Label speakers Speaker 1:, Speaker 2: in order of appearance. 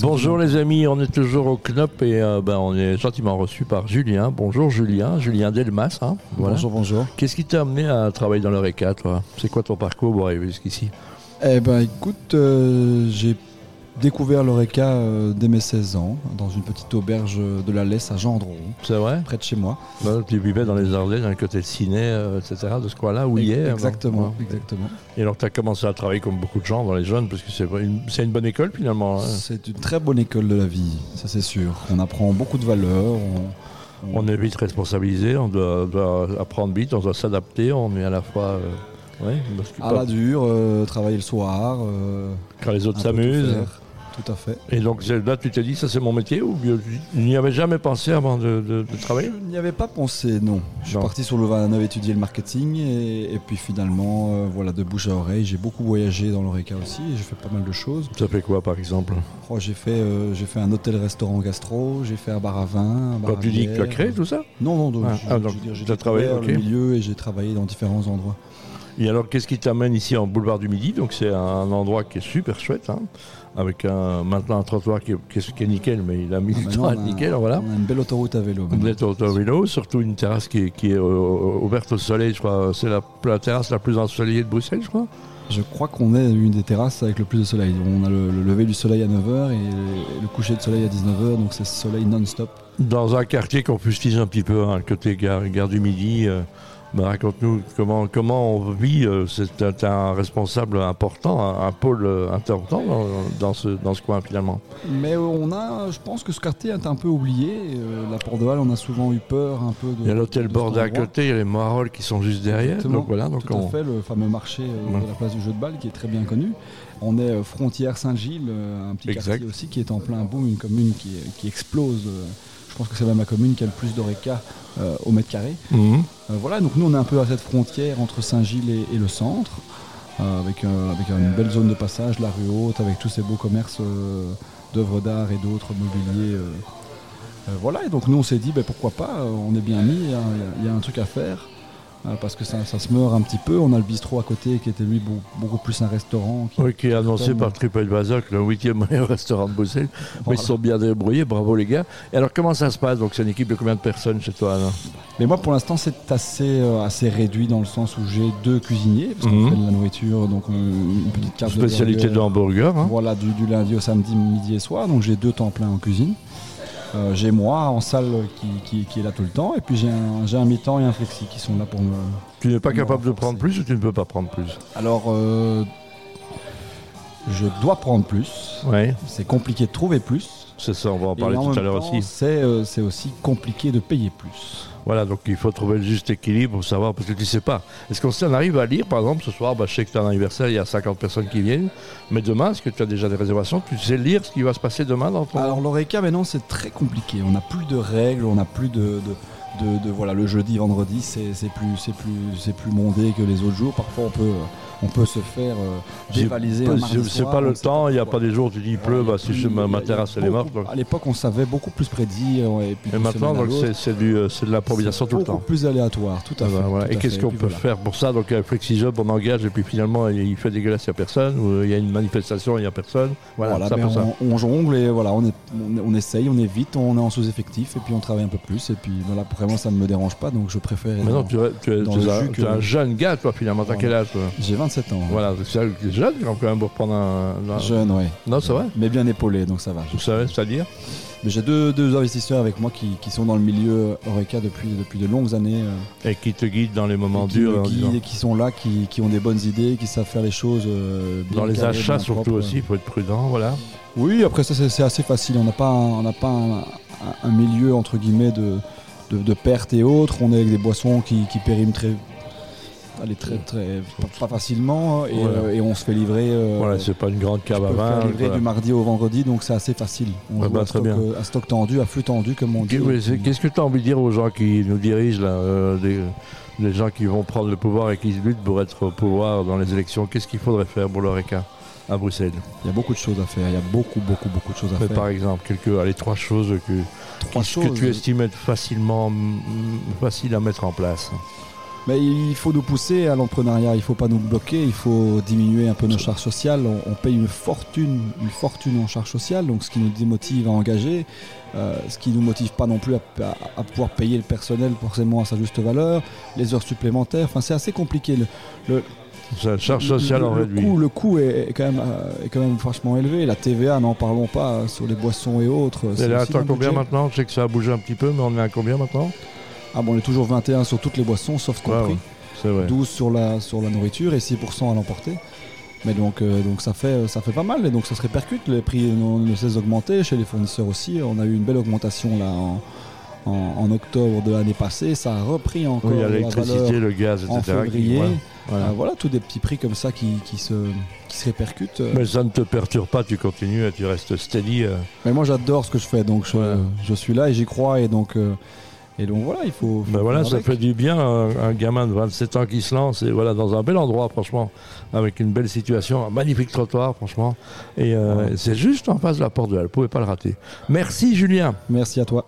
Speaker 1: Bonjour les amis, on est toujours au CNOP et euh, ben, on est gentiment reçu par Julien. Bonjour Julien, Julien Delmas. hein, voilà.
Speaker 2: Bonjour, bonjour.
Speaker 1: Qu'est-ce qui t'a amené à travailler dans l'ORECA toi C'est quoi ton parcours pour arriver jusqu'ici
Speaker 2: Eh ben écoute, euh, j'ai découvert l'ORECA euh, dès mes 16 ans, dans une petite auberge de la Lesse à Gendron,
Speaker 1: C'est vrai
Speaker 2: près de chez moi.
Speaker 1: Ben, Tu vivais dans les Ardennes, à côté de Ciné, euh, etc., de ce coin-là où il est.
Speaker 2: Exactement,
Speaker 1: avant.
Speaker 2: exactement.
Speaker 1: Et alors tu as commencé à travailler comme beaucoup de gens dans les jeunes, parce que c'est une, c'est une bonne école finalement. hein.
Speaker 2: C'est une très bonne école de la vie, ça c'est sûr. On apprend beaucoup de valeurs. on-
Speaker 1: On est vite responsabilisé, on doit, doit apprendre vite, on doit s'adapter, on est à la fois... euh, ouais, parce que
Speaker 2: À la dure, euh, travailler le soir. euh,
Speaker 1: quand les autres
Speaker 2: un peu tout
Speaker 1: s'amusent.
Speaker 2: faire. Tout à fait.
Speaker 1: Et donc c'est- là, tu t'es dit, ça c'est mon métier ou bien tu tu n'y avais jamais pensé avant de, de- de travailler
Speaker 2: Je n'y avais pas pensé, non. Je suis
Speaker 1: Ah Non.
Speaker 2: parti sur le 29 étudier le marketing et, et puis finalement, euh, voilà, de bouche à oreille, j'ai beaucoup voyagé dans l'ORECA aussi et j'ai fait pas mal de choses.
Speaker 1: Ça fait quoi par exemple
Speaker 2: Oh, j'ai fait, euh, j'ai fait un hôtel-restaurant gastro, j'ai fait un bar à vin. Un bar
Speaker 1: Quand
Speaker 2: à
Speaker 1: tu dis que tu as
Speaker 2: bière.
Speaker 1: créé tout ça
Speaker 2: Non, non, donc,
Speaker 1: Ah,
Speaker 2: je-
Speaker 1: ah,
Speaker 2: je
Speaker 1: donc,
Speaker 2: veux dire, j'ai
Speaker 1: t'as travaillé,
Speaker 2: découvert le
Speaker 1: ok.
Speaker 2: milieu et j'ai travaillé dans différents endroits.
Speaker 1: Et alors qu'est-ce qui t'amène ici en boulevard du Midi Donc c'est un endroit qui est super chouette, hein, avec un, maintenant un trottoir qui est, qui est- qui est nickel, mais il a mis
Speaker 2: Ah,
Speaker 1: du
Speaker 2: maintenant,
Speaker 1: temps à
Speaker 2: on
Speaker 1: être
Speaker 2: a-
Speaker 1: nickel, voilà.
Speaker 2: On a une belle autoroute à vélo.
Speaker 1: Vous
Speaker 2: maintenant.
Speaker 1: êtes au au vélo, surtout une terrasse qui est, qui est, euh, ouverte au soleil, je crois. C'est la, la terrasse la plus ensoleillée de Bruxelles, je crois.
Speaker 2: Je crois qu'on est une des terrasses avec le plus de soleil. On a le, le lever du soleil à 9h et le coucher de soleil à 19h, donc c'est soleil non-stop.
Speaker 1: Dans un quartier qu'on fustise un petit peu, hein, côté gare, gare du Midi, euh, bah, raconte-nous comment, comment on vit. euh, c'est t'as- t'as un responsable important, un, un pôle euh, important dans, dans ce, dans ce coin finalement.
Speaker 2: Mais euh, on a, je pense que ce quartier est un peu oublié. Euh, la Porte de Halle, on a souvent eu peur un peu de.
Speaker 1: Il y a l'hôtel
Speaker 2: de cet
Speaker 1: Borda à
Speaker 2: endroit.
Speaker 1: côté, il y a les Moirolles qui sont juste derrière.
Speaker 2: Exactement.
Speaker 1: Donc voilà, donc
Speaker 2: Tout
Speaker 1: on-
Speaker 2: à fait, le fameux marché euh,
Speaker 1: Ouais.
Speaker 2: de la place du jeu de balle qui est très bien connu. On est euh, frontière Saint-Gilles, euh, un petit
Speaker 1: Exact.
Speaker 2: quartier aussi qui est en plein boom, une commune qui, est- qui explose. euh, Je pense que c'est même la commune qui a le plus d'oreca euh, au mètre carré.
Speaker 1: Mhm.
Speaker 2: Euh, voilà, donc nous on est un peu à cette frontière entre Saint-Gilles et, et le centre, euh, avec, euh, avec une belle zone de passage, la rue haute, avec tous ces beaux commerces euh, d'œuvres d'art et d'autres mobiliers. euh. Euh, voilà, et donc nous on s'est dit, ben, pourquoi pas, euh, on est bien mis, il y a- il y, a un truc à faire. euh, Parce que ça, ça se meurt un petit peu. On a le bistrot à côté qui était lui beau- beaucoup plus un restaurant. qui-
Speaker 1: Oui, qui est annoncé
Speaker 2: Totalement.
Speaker 1: par TripAdvisor, que le huitième meilleur restaurant de Bruxelles. Mais ils
Speaker 2: Voilà.
Speaker 1: se sont bien débrouillés, bravo les gars. Et alors comment ça se passe Donc c'est une équipe de combien de personnes chez toi Alain
Speaker 2: Mais moi, pour l'instant, c'est assez, euh, assez réduit dans le sens où j'ai deux cuisiniers, parce qu'on
Speaker 1: Mhm.
Speaker 2: fait de la nourriture, donc euh, une petite carte
Speaker 1: Spécialité
Speaker 2: de burger.
Speaker 1: de hamburger. hein.
Speaker 2: Voilà, du, du lundi au samedi, midi et soir. Donc j'ai deux temps pleins en cuisine. Euh, j'ai moi en salle qui, qui- qui est là tout le temps. Et puis j'ai un, j'ai un mi-temps et un flexi qui sont là pour me.
Speaker 1: Tu n'es pas
Speaker 2: Non,
Speaker 1: capable de prendre
Speaker 2: c'est-
Speaker 1: plus ou tu ne peux pas prendre plus
Speaker 2: Alors, euh, je dois prendre plus.
Speaker 1: Oui,
Speaker 2: C'est compliqué de trouver plus.
Speaker 1: c'est ça, on va en
Speaker 2: Et
Speaker 1: parler
Speaker 2: en
Speaker 1: tout à
Speaker 2: même
Speaker 1: l'heure
Speaker 2: temps,
Speaker 1: aussi.
Speaker 2: C'est euh, c'est aussi compliqué de payer plus.
Speaker 1: Voilà, donc il faut trouver le juste équilibre pour savoir, parce que tu ne sais pas. Est-ce qu'on s'en arrive à lire, par exemple, ce soir, bah, je sais que tu as un anniversaire, il y a 50 personnes qui viennent, mais demain, est-ce que tu as déjà des réservations Tu sais lire ce qui va se passer demain dans ton...
Speaker 2: Alors l'oreca maintenant c'est très compliqué. On n'a plus de règles, on n'a plus de, de- de- de- voilà le jeudi, vendredi c'est c'est plus c'est plus c'est plus mondé que les autres jours. Parfois on peut euh, on peut se faire euh,
Speaker 1: J'ai
Speaker 2: dévaliser.
Speaker 1: pas-
Speaker 2: un
Speaker 1: je-
Speaker 2: mardi
Speaker 1: Bah, C'est
Speaker 2: soir,
Speaker 1: pas
Speaker 2: on
Speaker 1: le
Speaker 2: sait
Speaker 1: temps, il n'y a pas
Speaker 2: pourquoi.
Speaker 1: des jours où tu dis il pleut, bah, si je- ma, ma terrasse elle est morte. donc.
Speaker 2: À l'époque on savait beaucoup plus prédit. euh, Et, puis
Speaker 1: Et
Speaker 2: d'une
Speaker 1: maintenant,
Speaker 2: semaine à
Speaker 1: donc,
Speaker 2: l'autre,
Speaker 1: c'est- c'est du, euh, c'est de l'improvisation
Speaker 2: c'est
Speaker 1: tout le
Speaker 2: beaucoup
Speaker 1: temps.
Speaker 2: plus aléatoire, tout à
Speaker 1: Ah
Speaker 2: fait.
Speaker 1: bah, voilà.
Speaker 2: tout
Speaker 1: Et
Speaker 2: à
Speaker 1: qu'est-ce
Speaker 2: fait.
Speaker 1: qu'on
Speaker 2: puis
Speaker 1: peut
Speaker 2: voilà.
Speaker 1: faire pour ça Donc, avec FlexiJob, on engage et puis finalement, il il fait dégueulasse, il n'y a personne. Ou il y a une manifestation, il n'y a personne. Voilà,
Speaker 2: Voilà,
Speaker 1: ça
Speaker 2: ben,
Speaker 1: pour ça.
Speaker 2: on, on jongle et voilà, on, est, on, est- on essaye, on évite, on est en sous-effectif et puis on travaille un peu plus. Et puis voilà, vraiment ça ne me dérange pas, donc je préfère.
Speaker 1: Maintenant, tu, es- tu es,
Speaker 2: dans
Speaker 1: tu es
Speaker 2: le
Speaker 1: un,
Speaker 2: jus que-
Speaker 1: tu es un jeune gars, toi, finalement. T'as
Speaker 2: Voilà.
Speaker 1: quel âge toi
Speaker 2: J'ai 27 ans. hein.
Speaker 1: Voilà, c'est un- c'est jeune quand même pour prendre un. un-
Speaker 2: Jeune, ouais.
Speaker 1: Non, c'est vrai
Speaker 2: Mais bien épaulé, donc ça va.
Speaker 1: Vous savez, c'est-à-dire
Speaker 2: Mais j'ai deux, deux investisseurs avec moi qui, qui sont dans le milieu Horeca depuis, depuis de longues années. euh,
Speaker 1: Et qui te guide dans les moments
Speaker 2: et qui,
Speaker 1: durs.
Speaker 2: me
Speaker 1: en
Speaker 2: guident
Speaker 1: disant-
Speaker 2: et qui sont là, qui, qui ont des bonnes idées, qui savent faire les choses. euh, bien
Speaker 1: Dans les
Speaker 2: carrées,
Speaker 1: achats,
Speaker 2: bien
Speaker 1: surtout
Speaker 2: propres. euh.
Speaker 1: aussi, il faut être prudent, voilà.
Speaker 2: Oui, après ça, c'est c'est assez facile. On n'a pas, un, on n'a pas un, un- un milieu, entre guillemets, de, de, de pertes et autres. On est avec des boissons qui, qui périment très. Allez, très, très, pas, pas facilement. Et,
Speaker 1: Voilà.
Speaker 2: euh, et on se fait livrer. euh,
Speaker 1: Voilà, c'est pas une grande
Speaker 2: Je
Speaker 1: cave à
Speaker 2: peux
Speaker 1: vin.
Speaker 2: faire livrer
Speaker 1: voilà.
Speaker 2: du mardi au vendredi, donc c'est assez facile. On
Speaker 1: bah Ah
Speaker 2: joue
Speaker 1: bah,
Speaker 2: à,
Speaker 1: très
Speaker 2: stock,
Speaker 1: bien.
Speaker 2: euh, à stock tendu, à flux tendu, comme on dit.
Speaker 1: Qu'est- oui, c'est- Qu'est-ce que tu as envie de dire aux gens qui nous dirigent, là, euh, des, des gens qui vont prendre le pouvoir et qui luttent pour être au pouvoir dans les élections Qu'est-ce qu'il faudrait faire pour l'ORECA à Bruxelles
Speaker 2: Il y a beaucoup de choses à faire. Il y a beaucoup, beaucoup, beaucoup de choses à
Speaker 1: Mais
Speaker 2: faire.
Speaker 1: Par exemple, quelques, allez, trois choses que,
Speaker 2: Trois
Speaker 1: que tu estimes être facilement mm, facile à mettre en place.
Speaker 2: Mais il faut nous pousser à l'entrepreneuriat, il ne faut pas nous bloquer, il faut diminuer un peu nos charges sociales. On, on paye une fortune, une fortune en charges sociales, donc ce qui nous démotive à engager, euh, ce qui ne nous motive pas non plus à, à, à, pouvoir payer le personnel forcément à sa juste valeur, les heures supplémentaires, enfin c'est assez compliqué. Le, le
Speaker 1: la charge sociale
Speaker 2: le,
Speaker 1: en
Speaker 2: le
Speaker 1: réduit.
Speaker 2: Coût, le coût est, est quand même, euh, est quand même vachement élevé. La TVA, n'en parlons pas, euh, sur les boissons et autres. euh,
Speaker 1: Elle est à combien budget. maintenant Je sais que ça a bougé un petit peu, mais on est à combien maintenant
Speaker 2: ah bon, on est toujours 21 sur toutes les boissons, sauf compris.
Speaker 1: Ah Ouais, ouais.
Speaker 2: 12 sur la, sur la nourriture et 6% à l'emporter. Mais donc, euh, donc ça, fait, ça fait pas mal et donc ça se répercute. Les prix ne cessent d'augmenter chez les fournisseurs aussi. On a eu une belle augmentation là en, en, en octobre de l'année passée. Ça a repris encore.
Speaker 1: Oui, il y a l'électricité, le gaz, etc.
Speaker 2: En février.
Speaker 1: Qui, ouais,
Speaker 2: voilà. Euh, voilà. tous des petits prix comme ça qui, qui, se, qui se répercutent. euh,
Speaker 1: Mais ça ne te perturbe pas, tu continues, tu restes steady. Euh.
Speaker 2: Mais moi j'adore ce que je fais, donc je, je suis là et j'y crois et donc. euh, Et donc voilà, il faut.
Speaker 1: Ben voilà, ça avec. fait du bien un, un, gamin de 27 ans qui se lance et voilà dans un bel endroit, franchement, avec une belle situation, un magnifique trottoir, franchement. Et euh, ouais. c'est juste en face de la porte de l'Alpo et pas le rater. Merci Julien.
Speaker 2: Merci à toi.